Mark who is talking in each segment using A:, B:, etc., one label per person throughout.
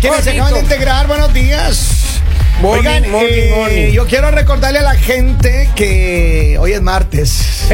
A: quienes se acaban de integrar, buenos días.
B: Morning,
A: Oigan,
B: morning,
A: eh,
B: morning.
A: yo quiero recordarle a la gente que hoy es martes.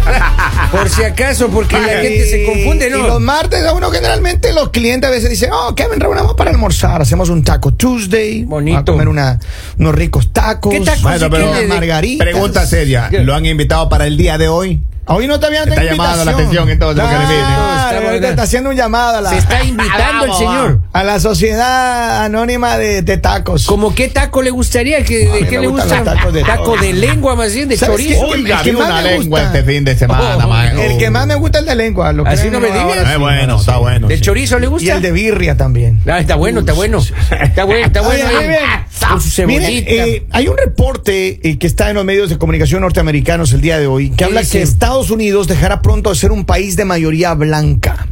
B: Por si acaso, porque la gente se confunde,
A: Y los
B: ¿no?
A: martes, a uno generalmente los clientes a veces dicen, oh, Kevin, reunamos para almorzar. Hacemos un taco Tuesday.
B: Bonito.
A: A comer una- unos ricos tacos.
B: ¿Qué tacos?
A: Bueno,
B: Sí,
A: pero
B: ¿qué le-
A: margaritas.
C: Pregunta seria,
B: ¿Qué?
C: ¿lo han invitado para el día de hoy?
A: Hoy no te habían
C: Está llamando la atención, entonces, lo que le piden.
A: Claro,
B: Está
A: ahorita
B: buena.
A: está haciendo un llamado a la,
B: Se está invitando el señor.
A: a la sociedad anónima de, de tacos.
B: ¿Como qué taco le gustaría? ¿Qué,
A: mí
B: de qué
A: me
B: le
A: gustan
B: gusta?
A: los tacos de
B: taco
A: todo.
B: de lengua, más bien, de
A: ¿Sabes
B: chorizo.
A: qué? El
C: Oiga,
A: que
C: vi
A: más
C: una
A: me
C: lengua
A: gusta.
C: este fin de semana,
B: Oh,
C: man.
A: El que más me gusta es el de lengua. lo
B: Así
A: crean
B: no me
A: o no,
B: digas.
A: ahora
C: Eh,
A: sí.
C: bueno, está bueno.
B: ¿De
C: sí.
B: chorizo le
A: Y
B: gusta?
A: el de birria también.
B: Ah, está bueno, está bueno. Está bueno, está bueno.
A: Oye,
B: ahí.
A: miren,
B: Con su cebollita.
A: Miren, eh, hay un reporte eh, que está en los medios de comunicación norteamericanos el día de hoy que
B: ¿Qué
A: habla
B: dice?
A: que Estados Unidos dejará pronto de ser un país de mayoría blanca.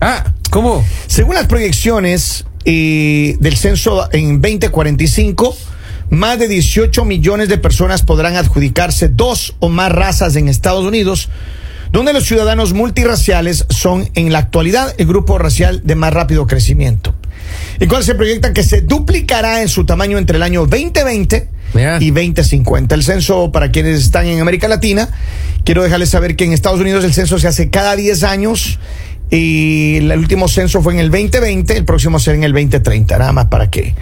B: ah, ¿cómo?
A: Según las proyecciones eh, del censo en 2045, más de 18 millones de personas podrán adjudicarse dos o más razas en Estados Unidos, donde los ciudadanos multirraciales son en la actualidad el grupo racial de más rápido crecimiento, el cual se proyecta que se duplicará en su tamaño entre el año 2020
B: Mira.
A: y 2050. El censo, para quienes están en América Latina, quiero dejarles saber que en Estados Unidos el censo se hace cada 10 años y el último censo fue en el 2020, el próximo será en el 2030, nada más para que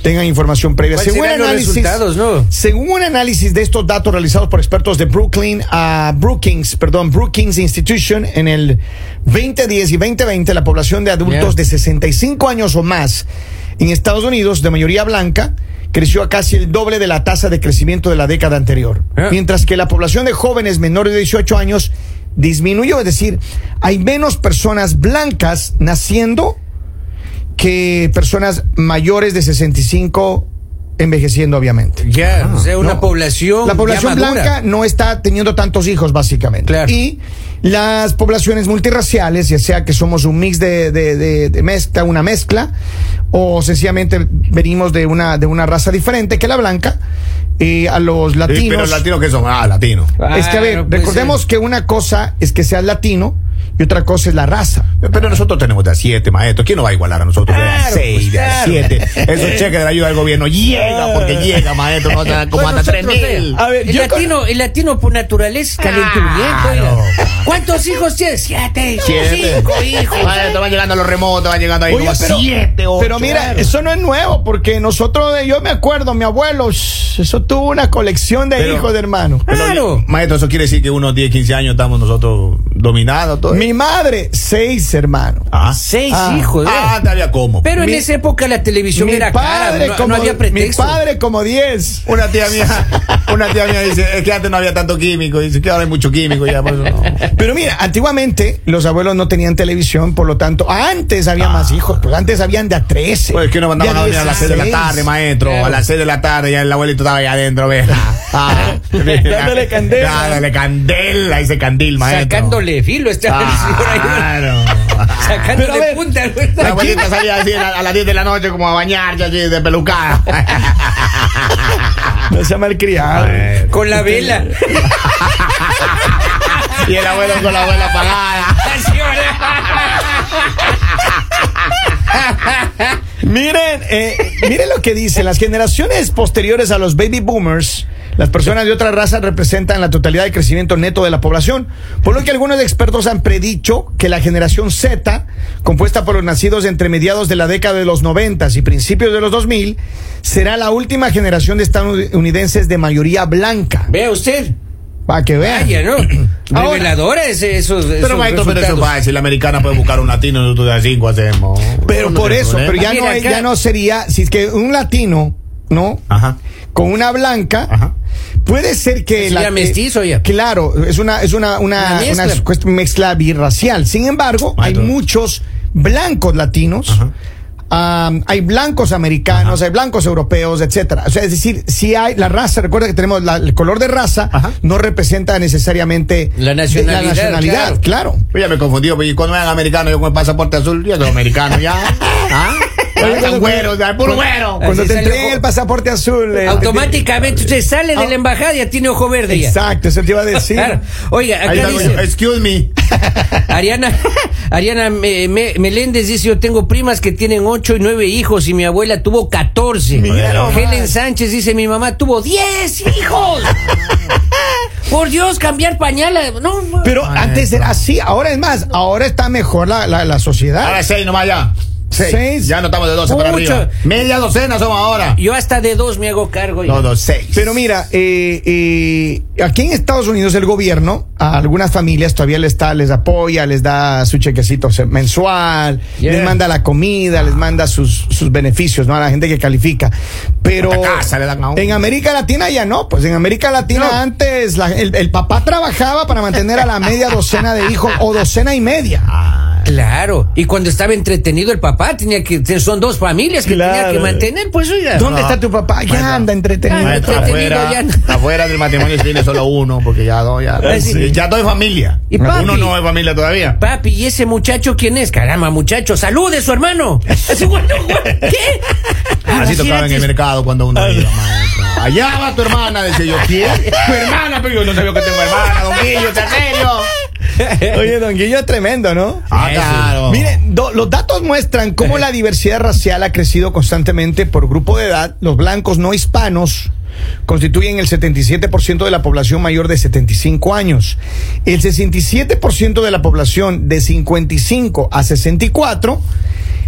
A: tengan información previa.
B: ¿Cuáles serán los resultados, no?
A: Según un análisis de estos datos realizados por expertos de Brooklyn, ah, Brookings, perdón, Brookings Institution, en el 2010 y 2020, la población de
B: Bien.
A: adultos de 65 años o más en Estados Unidos, de mayoría blanca, creció a casi el doble de la tasa de crecimiento de la década anterior.
B: Ah.
A: Mientras que la población de jóvenes menores de 18 años disminuyó, es decir, hay menos personas blancas naciendo que personas mayores de 65 envejeciendo, obviamente.
B: Ya, o sea, una
A: Ah, No.
B: población.
A: La población
B: ya madura.
A: blanca no está teniendo tantos hijos, básicamente.
B: Claro.
A: Y las poblaciones multirraciales, ya sea que somos un mix de, de- de- de mezcla, una mezcla, o sencillamente venimos de una, de una raza diferente que la blanca, eh, a los
C: Sí,
A: latinos.
C: pero latinos que son, ah, latinos.
A: Es que, a ver,
B: Ah, no puede
A: recordemos
B: ser.
A: que una cosa es que seas latino y otra cosa es la raza.
C: Pero nosotros tenemos de a siete maestros. ¿Quién nos va a igualar a nosotros? de a
B: Claro,
C: seis,
B: pues,
C: de a
B: claro.
C: siete. Esos cheques de la ayuda del gobierno llega porque
A: Ah.
C: llega, maestro. No te como
B: Pues
C: hasta tres
B: nosotros,
C: mil.
B: eh,
A: A ver,
B: el,
A: yo
B: latino, el latino por naturaleza es calenturiento. oiga.
C: Claro.
B: ¿Cuántos hijos tienes? Siete.
C: Siete.
B: Cinco hijos.
C: Maestro, van llegando los remotos, van llegando ahí
A: Oye,
C: como
A: pero,
C: siete, ocho.
A: pero mira, eso no es nuevo, porque nosotros, de- yo me acuerdo, mi abuelo, shh, eso tuvo una colección de
C: Pero-
A: hijos de hermano.
C: Pero,
B: Claro.
C: Maestro, eso quiere decir que unos 10, 15 años estamos nosotros dominados. Todo
A: Mi madre, seis hermanos.
C: Ah,
B: Seis
A: Ah.
B: hijos. ¿eh?
C: Ah,
B: oiga.
C: te había como.
B: Pero
A: mi-
B: en esa época la televisión
A: Mi
B: era cara.
A: padre,
B: No, no
A: como,
B: había pretexto.
A: mi padre como diez.
C: Una tía mía, una tía mía dice, es que antes no había tanto químico, dice que ahora hay mucho químico ya, por eso no.
A: Pero mira, antiguamente los abuelos no tenían televisión, por lo tanto, antes había
B: Ah.
A: más hijos, pues antes habían de a trece.
C: Pues es que uno mandaba
A: de
C: a dormir a las 6 de la
A: 16.
C: tarde, maestro, a las 6 de la tarde ya el abuelito estaba ahí adentro, ve. Ah,
A: Dándole candela.
C: Dándole candela, ese candil, maestro.
B: Sacándole filo. Está
C: Claro.
A: Pero a
B: Sacándole
A: ver,
B: punta.
C: La
B: ¿verdad?
C: abuelita salía así a, a las 10 de la noche como a bañarse así de pelucada.
A: No sea malcriado.
B: Con la vela.
C: Y el abuelo con la abuela apagada.
B: Así, ¿verdad?
A: Miren, eh, miren lo que dicen. Las generaciones posteriores a los baby boomers, las personas de otra raza representan la totalidad del crecimiento neto de la población. Por lo que algunos expertos han predicho que la generación Z, compuesta por los nacidos entre mediados de la década de los 90 y principios de los 2000, será la última generación de estadounidenses de mayoría blanca.
B: Vea usted.
A: Para que vean.
B: Vaya, ¿no?
A: Ahora-
B: Reveladora ese, esos,
C: Pero
B: esos
C: maestro, pero eso
B: resultados.
C: es fácil. La americana puede buscar un latino, nosotros de a 5 hacemos.
A: Pero
C: No
A: por
C: tiene
A: eso,
C: problema.
A: pero ya
B: Mira
A: no, es-
B: acá.
A: ya no sería, si es que un latino, ¿no?
C: Ajá.
A: con una blanca.
C: Ajá.
A: Puede ser que
B: Eso ya mestizo ya.
A: Claro, es una es una una,
B: Una mezcla.
A: una cuest- mezcla birracial. Sin embargo,
C: Ah,
A: hay
C: claro.
A: muchos blancos latinos.
C: Ajá.
A: am, hay blancos americanos, hay blancos europeos, etcétera. O sea, es decir, si hay la raza, recuerda que tenemos la- el color de raza,
C: Ajá.
A: no representa necesariamente
B: La nacionalidad,
A: nacionalidad, claro.
C: Pues Yo ya me confundí, porque cuando me dan americano, yo con el pasaporte azul, yo soy americano ya. ¿Ah? Tan güero, ya, puro güero.
A: Cuando
B: Así
A: te
B: salió.
A: entreguen el pasaporte azul. eh,
B: Automáticamente usted sale de la embajada y ya tiene ojo verde. ya.
A: Exacto, eso te iba a decir.
B: Claro. Oiga,
C: Ahí
B: acá
C: está,
B: dice
C: coño. Excuse me.
B: Ariana, Ariana Me- Me- Meléndez dice, yo tengo primas que tienen ocho y nueve hijos y mi abuela tuvo 14.
C: Mira nomás.
B: Helen Sánchez dice, mi mamá tuvo 10 hijos. Por Dios, cambiar pañales. No, no.
A: Pero antes era así, ahora es más, ahora está mejor la, la, la sociedad.
C: Ahora seis nomás ya. Seis.
A: Seis.
C: Ya no estamos de 12 para
B: Mucho.
C: arriba. Media docena somos ahora.
B: yo hasta de dos me hago cargo. ya.
C: No, no, seis.
A: Pero mira, eh, eh, aquí en Estados Unidos el gobierno a algunas familias todavía les, está, les apoya, les da su chequecito o sea, mensual,
B: Yeah.
A: les manda la comida, les manda sus, sus beneficios ¿no? a la gente que califica. Pero
C: Hasta casa le dan a uno.
A: en América Latina ya no, pues en América Latina
C: No.
A: antes la- el, el papá trabajaba para mantener a la media docena de hijos o docena y media.
C: Ah,
B: Claro, y cuando estaba entretenido el papá, tenía que son dos familias que tenía
A: Claro.
B: que mantener, pues oiga.
A: ¿Dónde
C: No.
A: está tu papá? Ya
C: Bueno.
A: anda entretenido.
B: Ah,
C: maestro,
B: entretenido
C: afuera,
B: ya no.
C: afuera del matrimonio se tiene solo uno, porque ya dos, ya,
B: Ah, sí.
C: ya dos es familia.
B: Y papi.
C: uno no es familia todavía.
B: Papi, ¿y ese muchacho quién es? Caramba, muchacho, salude su hermano. Así, bueno, bueno, ¿Qué?
C: Así tocaba en el
B: Imagínate.
C: mercado cuando uno iba, maestro. Allá va tu hermana, decía yo, ¿quién? Tu hermana, pero yo no sabía que tengo hermana, don Guillo, ¿en serio?
A: Oye, Don Guillo es tremendo, ¿no?
C: Ah, claro.
A: Miren, do- los datos muestran cómo la diversidad racial ha crecido constantemente por grupo de edad. Los blancos no hispanos constituyen el 77% de la población mayor de 75 años. El 67% de la población de 55 a 64.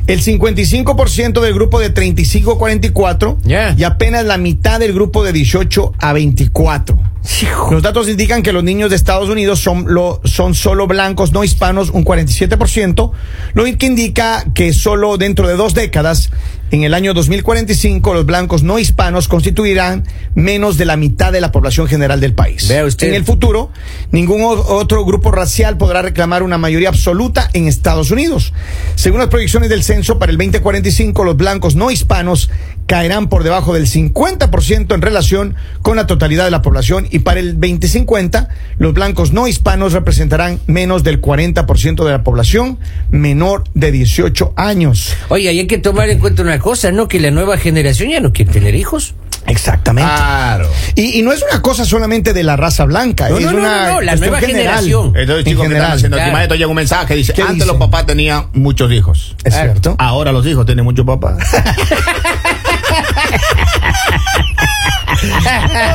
A: El 55% del grupo de 35 a 44
B: Ya.
A: y apenas la mitad del grupo de 18 a 24.
B: Hijo.
A: Los datos indican que los niños de Estados Unidos son, lo, son solo blancos, no hispanos, un 47%, lo que indica que solo dentro de dos décadas, en el año 2045, los blancos no hispanos constituirán menos de la mitad de la población general del país.
B: Vea usted.
A: En el futuro, ningún o- otro grupo racial podrá reclamar una mayoría absoluta en Estados Unidos. Según las proyecciones del censo para el 2045, los blancos no hispanos caerán por debajo del 50% en relación con la totalidad de la población y para el 2050 los blancos no hispanos representarán menos del 40% de la población menor de 18 años.
B: Oiga, y hay que tomar en cuenta una cosa, ¿no? Que la nueva generación ya no quiere tener hijos.
A: Exactamente.
C: Claro.
A: Ah, Y, y no es una cosa solamente de la raza blanca,
B: No,
A: es
B: no, no,
A: una
B: no, no, la
A: cuestión
B: nueva
A: general.
B: generación.
C: Entonces,
A: En
C: chicos, que están
A: general.
C: haciendo aquí,
B: Claro.
C: maestro, llega un mensaje, dice,
A: ¿Qué
C: antes
A: dice?
C: los papás tenían muchos hijos.
A: Es cierto.
C: Ahora los hijos tienen muchos papás.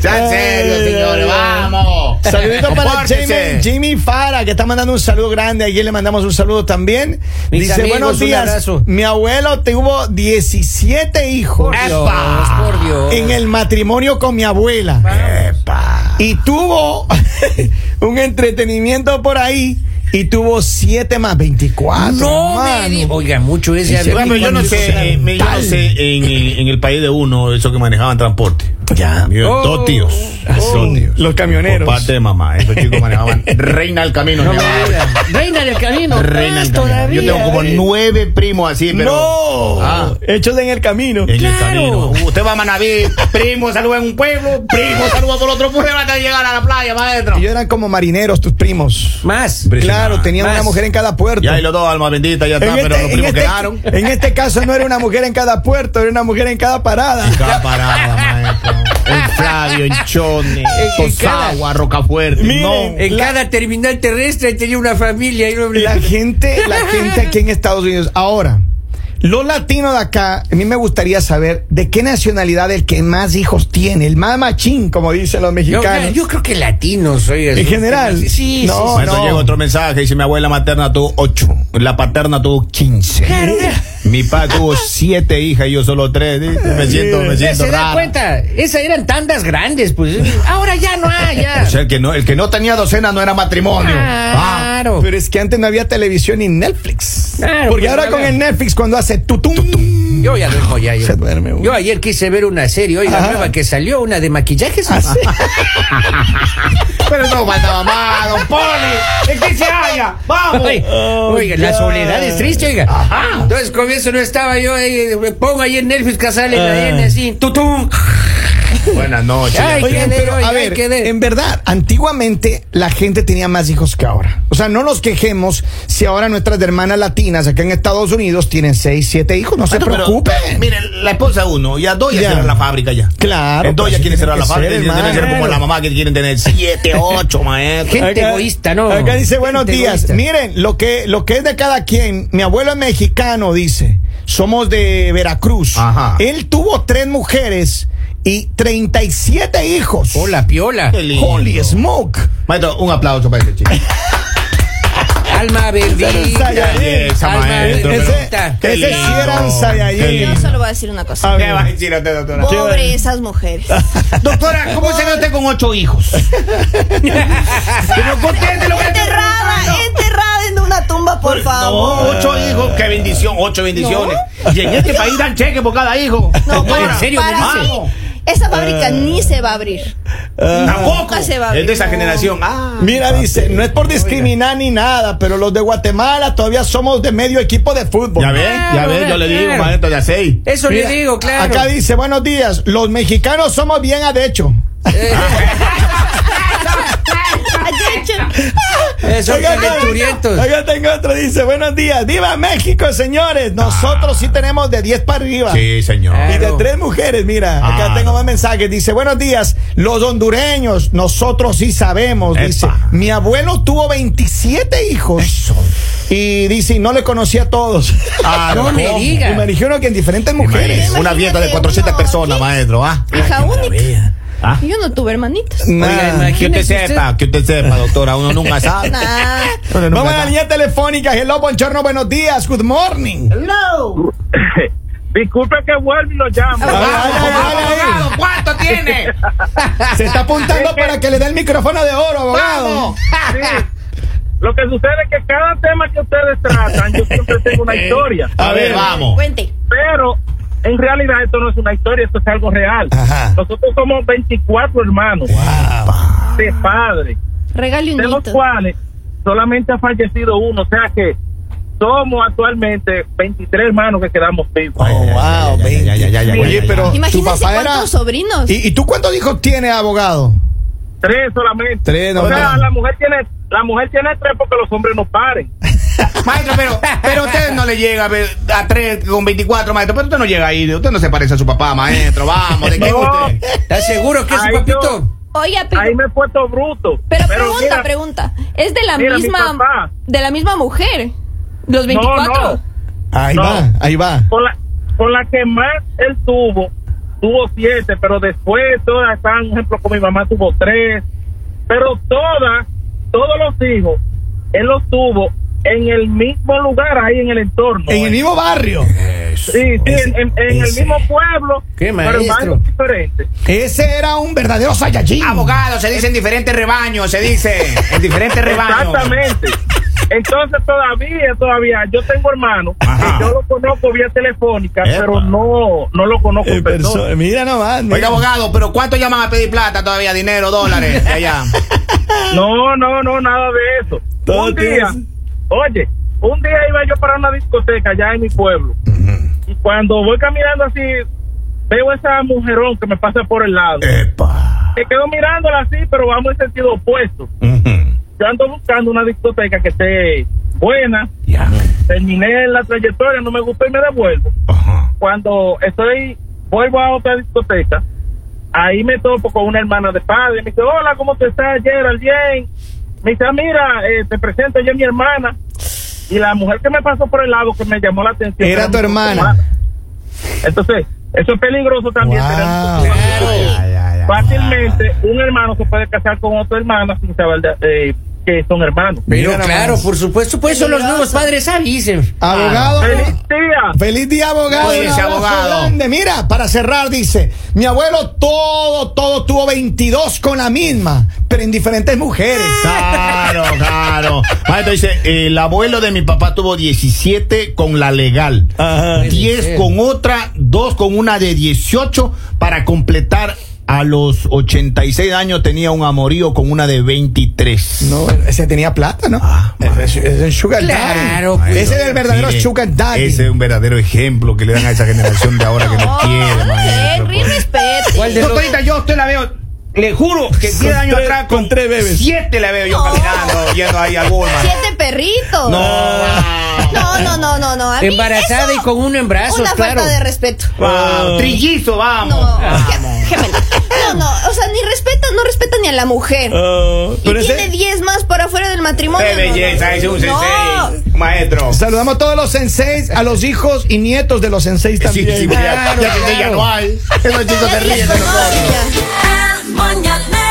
C: ya en serio, señores, vamos.
A: Saludito para
C: Compórtense.
A: Jimmy, Jimmy Fara, que está mandando un saludo grande. Aquí le mandamos un saludo también.
B: Mis
A: Dice,
B: amigos,
A: buenos
B: un
A: días.
B: abrazo".
A: Mi abuelo tuvo 17 hijos
B: Por Dios, por Dios. Ah.
A: en el matrimonio con mi abuela.
C: Epa.
A: Y tuvo un entretenimiento por ahí. Y tuvo 7 más 24.
B: No me
A: mano.
B: di- Oiga, mucho es ya.
C: Bueno, yo no sé, eh, me- yo no
A: Tal.
C: sé en, en- en el país de uno, eso que manejaban transporte.
A: Ya.
C: Yo,
B: Oh.
C: dos tíos.
A: Oh.
C: Dos tíos.
A: Los camioneros.
C: Por parte de mamá. Esos chicos manejaban Reina al Camino.
B: No me
C: llamaban.
B: diga. Reina del camino.
C: Reina
B: más
C: al Camino.
B: todavía.
C: Yo tengo como nueve primos así, pero.
A: eh. No.
C: Ah.
A: Hechos en el camino.
C: En
B: Claro.
C: el camino. Uh, Usted va a Manaví, primo saluda en un pueblo, primo saluda por otro pueblo hasta llegar a la playa, maestro.
A: Y ellos eran como marineros, tus primos.
B: Más.
A: Claro, tenían
B: Más.
A: una mujer en cada puerto.
C: Ya y los dos, alma bendita, ya está,
A: En
C: pero
A: este-
C: los
A: en
C: primos
A: este-
C: quedaron.
A: en este caso no era una mujer en cada puerto, era una mujer en cada parada.
C: Cada parada, maestro. En Flavio, en Chone,
B: En- en cada-
C: Tosagua, Rocafuerte.
A: Miren,
C: no.
B: En cada terminal terrestre tenía una familia. y no-
A: La gente, la gente aquí en Estados Unidos. Ahora, los latinos de acá, a mí me gustaría saber de qué nacionalidad el que más hijos tiene, el más machín, como dicen los
B: Yo,
A: mexicanos.
B: yo creo que latinos, oiga.
A: En general.
B: Sí, sí,
A: No,
B: sí.
C: Maestro,
A: Oh, no.
C: llega otro mensaje, dice mi abuela materna tuvo ocho, la paterna tuvo quince. Mi padre tuvo siete hijas y yo solo tres. ¿sí? Me siento, me
B: Ya
C: siento
B: se da
C: raro.
B: cuenta, esas eran tandas grandes, pues. Ahora ya no hay, ya.
C: O sea, el que no, el que no tenía docena no era matrimonio. Ah.
B: claro.
A: Pero es que antes no había televisión ni Netflix.
B: Claro,
A: Porque
B: pues,
A: ahora
B: no
A: con
B: había.
A: el Netflix cuando hace tutum,
B: Yo ya dejo ya. Yo,
A: se duerme. uno.
B: yo ayer quise ver una serie, oiga,
A: Ajá.
B: nueva que salió, una de maquillajes.
C: Pero no faltaba más, don Poli. ¿En qué se halla? ¡Vamos! Oh,
B: Oiga,
A: oh,
B: oiga, la soledad es triste, oiga. Entonces, con eso no estaba yo ahí, me pongo ahí en Netflix que sale la N así, tutum.
C: Buenas noches.
B: Ay,
C: Oye,
A: Oigan,
B: quedé,
A: pero a
B: oigan,
A: ver,
B: quedé.
A: en verdad, antiguamente la gente tenía más hijos que ahora. O sea, no nos quejemos si ahora nuestras hermanas latinas acá en Estados Unidos tienen seis, siete hijos. No se
C: pero-
A: preocupen.
C: Miren, la esposa uno, ya dos ya,
A: Ya.
C: cierran la fábrica ya.
A: Claro,
C: En dos
A: pues,
C: ya
A: así
C: quieren
A: tiene
C: cerrar
A: que
C: la
A: ser,
C: fábrica. Ya tienen que ser como
A: hermano.
C: la mamá que quieren tener siete, ocho, maestro.
B: Gente egoísta, ¿no?
A: Acá dice, buenos
B: Gente
A: días.
B: egoísta.
A: Miren, lo que, lo que es de cada quien. Mi abuelo es mexicano, dice. Somos de Veracruz.
C: Ajá.
A: Él tuvo tres mujeres y 37 hijos.
B: Hola, piola.
C: Qué lindo.
A: Holy smoke.
C: Maestro, un aplauso para este chico.
B: Alma verdita.
A: Saiyajin.
C: Esa
B: Alma
C: maestro, pero-
B: verdita.
A: Ese sí eran Saiyajin.
C: Qué
D: Yo
C: lindo.
D: solo voy a decir una cosa.
A: A
C: ¿Qué
A: ver.
C: va a decir usted, doctora?
D: Pobre esas mujeres.
C: Doctora, ¿cómo se ve usted con ocho hijos? Pero conteste lo que está
D: Enterrada,
C: pasando.
D: enterrada en una tumba, por
C: No,
D: favor.
C: Oh, ocho hijos, qué bendición, ocho bendiciones. Y en este país dan cheque por cada hijo.
D: No,
C: Doctora,
D: para,
B: ¿en serio me
D: para
B: dice?
D: mí, esa fábrica ni se va a abrir.
C: Tampoco.
D: Nunca se va a
C: Es de
D: abrir.
C: esa
D: No.
C: generación. Ah.
A: Mira, dice, no es por discriminar ni nada, pero los de Guatemala todavía somos de medio equipo de fútbol.
C: Ya ves, ya
B: Claro,
C: ves, yo le digo,
B: claro.
C: maestro, ya seis.
B: Eso
A: Mira,
B: le digo, claro.
A: Acá dice, buenos días, los mexicanos somos bien adhecho.
D: Attention.
B: Eso
A: Acá tengo-
B: calenturientos.
A: acá tengo otro, dice, buenos días, viva México, señores. Nosotros sí tenemos de 10 para arriba.
C: Sí, señor.
D: Ah.
A: Y de
B: Claro.
A: tres mujeres, mira, acá
C: Ah,
A: tengo
C: no.
A: más mensajes. Dice, buenos días, los hondureños, nosotros sí sabemos.
C: Epa.
A: Dice, mi abuelo tuvo 27 hijos. Y dice, y no le conocía a todos.
C: Ah,
B: No me
C: ¿cómo?
A: Y
B: diga.
A: me dijeron que en diferentes mujeres.
C: Imagínate, Una dieta de
D: uno
C: 400 personas,
D: aquí.
C: maestro. ¿ah? Ay,
D: Hija
C: que la
D: única.
C: vea. ¿Ah?
D: Yo no tuve hermanitos.
A: Nah.
B: Oiga,
C: Que
B: imagínese
C: usted
B: usted.
C: sepa, que usted sepa, doctora. Uno nunca sabe.
D: Nah.
C: Uno nunca
A: Vamos a la
C: sabe.
A: línea telefónica. Hello, Bonchorno, buenos días. Good morning.
D: No.
E: Disculpe que vuelvo y lo llamo.
A: Dale, dale, dale, dale.
B: Abogado, ¿Cuánto tiene?
A: Se está apuntando para que le dé el micrófono de oro, abogado.
E: Lo que sucede es que cada tema que ustedes tratan, yo siempre tengo
A: Eh,
E: una historia.
C: A ver, vamos.
D: Cuente.
E: Pero en realidad esto no es una historia, esto es algo real.
A: Ajá.
E: Nosotros somos 24 hermanos
A: Ah,
E: de padres,
D: Regale un
E: de los
D: hito.
E: cuales solamente ha fallecido uno. O sea que somos actualmente 23 hermanos que quedamos vivos.
A: Oh, wow,
C: Ya, ya, ya, ya, ya, ya,
A: Oye,
C: ya, ya.
A: pero tu
D: Imagínense
A: papá era.
D: cuántos sobrinos.
A: ¿Y, y tú cuántos hijos tienes, abogado?
E: Tres solamente.
A: Tres, no,
E: o sea,
A: no.
E: la mujer tiene la mujer tiene tres porque los hombres no paren.
C: Maestro, pero, pero usted no le llega a ver- a 3 con 24, maestro. Pero usted no llega ahí. Usted no se parece a su papá, maestro. Vamos, ¿de qué
E: No.
C: usted?
B: ¿Estás seguro que es su
E: Ay,
B: papito?
D: Oiga, pero,
E: Ahí me he puesto bruto.
D: pero pregunta,
E: mira,
D: pregunta. ¿Es de la
E: mira, mi
D: misma
E: papá.
D: de la misma mujer? ¿Los 24?
E: no.
A: Ahí
E: No.
A: va, ahí va.
E: Con la, con la que más él tuvo, tuvo siete, pero después todas están, por ejemplo, con mi mamá tuvo tres, pero todas, todos los hijos, él los tuvo en el mismo lugar, ahí en el entorno.
A: En el mismo barrio.
E: Sí, sí,
A: Ese-
E: en, en- en el
A: ese.
E: mismo pueblo,
B: Qué
E: pero en
B: maestro.
E: barrios diferentes.
A: Ese era un verdadero Saiyajin.
C: Abogado, se dice en diferentes rebaños, se dice. En diferentes rebaños.
E: Exactamente. Entonces todavía, todavía, yo tengo hermanos,
C: Ajá.
E: que yo lo conozco vía telefónica,
C: Epa.
E: pero no, no lo conozco
A: Eh,
E: en persona.
A: perso- Mira nomás. mira.
C: Oiga, abogado, pero ¿cuánto llaman a pedir plata todavía? Dinero, dólares, de allá.
E: No, no, no, nada de eso.
A: Todo
E: un
A: tiene
E: día,
A: su-
E: oye, un día iba yo para una discoteca allá en mi pueblo. Y cuando voy caminando así, veo esa mujerón que me pasa por el lado.
C: Eh. Epa.
E: Me quedo mirándola así, pero vamos en sentido opuesto. Yo ando buscando una discoteca que esté buena.
C: Ya.
E: Terminé la trayectoria, no me gustó y me devuelvo. Cuando estoy, vuelvo a otra discoteca. Ahí me topo con una hermana de padre. Me dice, hola, ¿cómo te estás, Gerald? Bien. Me dice, "Ah, mira, eh, te presento, yo mi hermana. Y la mujer que me pasó por el lado que me llamó la atención.
A: Era tu
E: mi
A: hermana.
E: Entonces, eso es peligroso también.
A: Wow.
E: tener- Fácilmente, un hermano se puede casar con otra hermana sin saber de- eh, que son hermanos.
B: Pero
A: Mira
B: claro,
A: nomás.
B: por supuesto, por eso Pues los nuevos padres avisen. Ah,
A: Abogado.
E: Ah. ¡Feliz día!
A: Feliz día, abogado.
C: Cuídese,
A: Un abrazo
C: abogado.
A: grande. Mira, para cerrar, dice: Mi abuelo todo, todo tuvo 22 con la misma, pero en diferentes mujeres.
C: Ah. Claro, claro. Maestro dice, el abuelo de mi papá tuvo 17 con la legal,
A: Ajá.
B: Puede
C: 10
B: ser.
C: con otra, 2 con una de 18 para completar a los 86 años tenía un amorío con una de 23.
A: No, ese tenía plata, ¿no?
C: Ah,
A: es, es el sugar
B: Claro,
A: daddy.
B: pues.
A: Ese era el verdadero
C: Mire,
A: sugar daddy. Oh,
C: Ese es un verdadero ejemplo que le dan a esa generación de ahora que no quiere. maestro, pues.
D: Henry,
C: por-
D: respete.
B: ¿Cuál de los-
C: Doctorita, yo a usted la veo. Le juro que 10 años
A: tres-
C: atrás
A: con
C: con
A: tres bebés.
C: 7 la veo yo
D: No.
C: caminando, yendo ahí a Goldman.
D: Siete perritos.
C: No.
D: No, no, no, no, no. A mí
B: Embarazada
D: eso,
B: y con uno en brazos,
D: Una
B: claro.
D: falta de respeto.
C: Wow, trillizo, vamos.
D: No, gé- gemela. No, no, o sea, ni respeta, no respeta ni a la mujer.
A: Ah, pero
D: y
A: ese-
D: tiene 10 más para fuera del matrimonio.
C: Qué
D: no, no,
C: belleza, es un
D: no.
C: sensei. Maestro.
A: Saludamos a todos los senseis, a los hijos y nietos de los senseis
C: Sí,
A: también.
C: sí, ya- ya que ya no hay. Esos chicos
D: Ya
C: se
D: ni les
C: ríen de nosotros.
D: conoce, ya.
F: El mañanero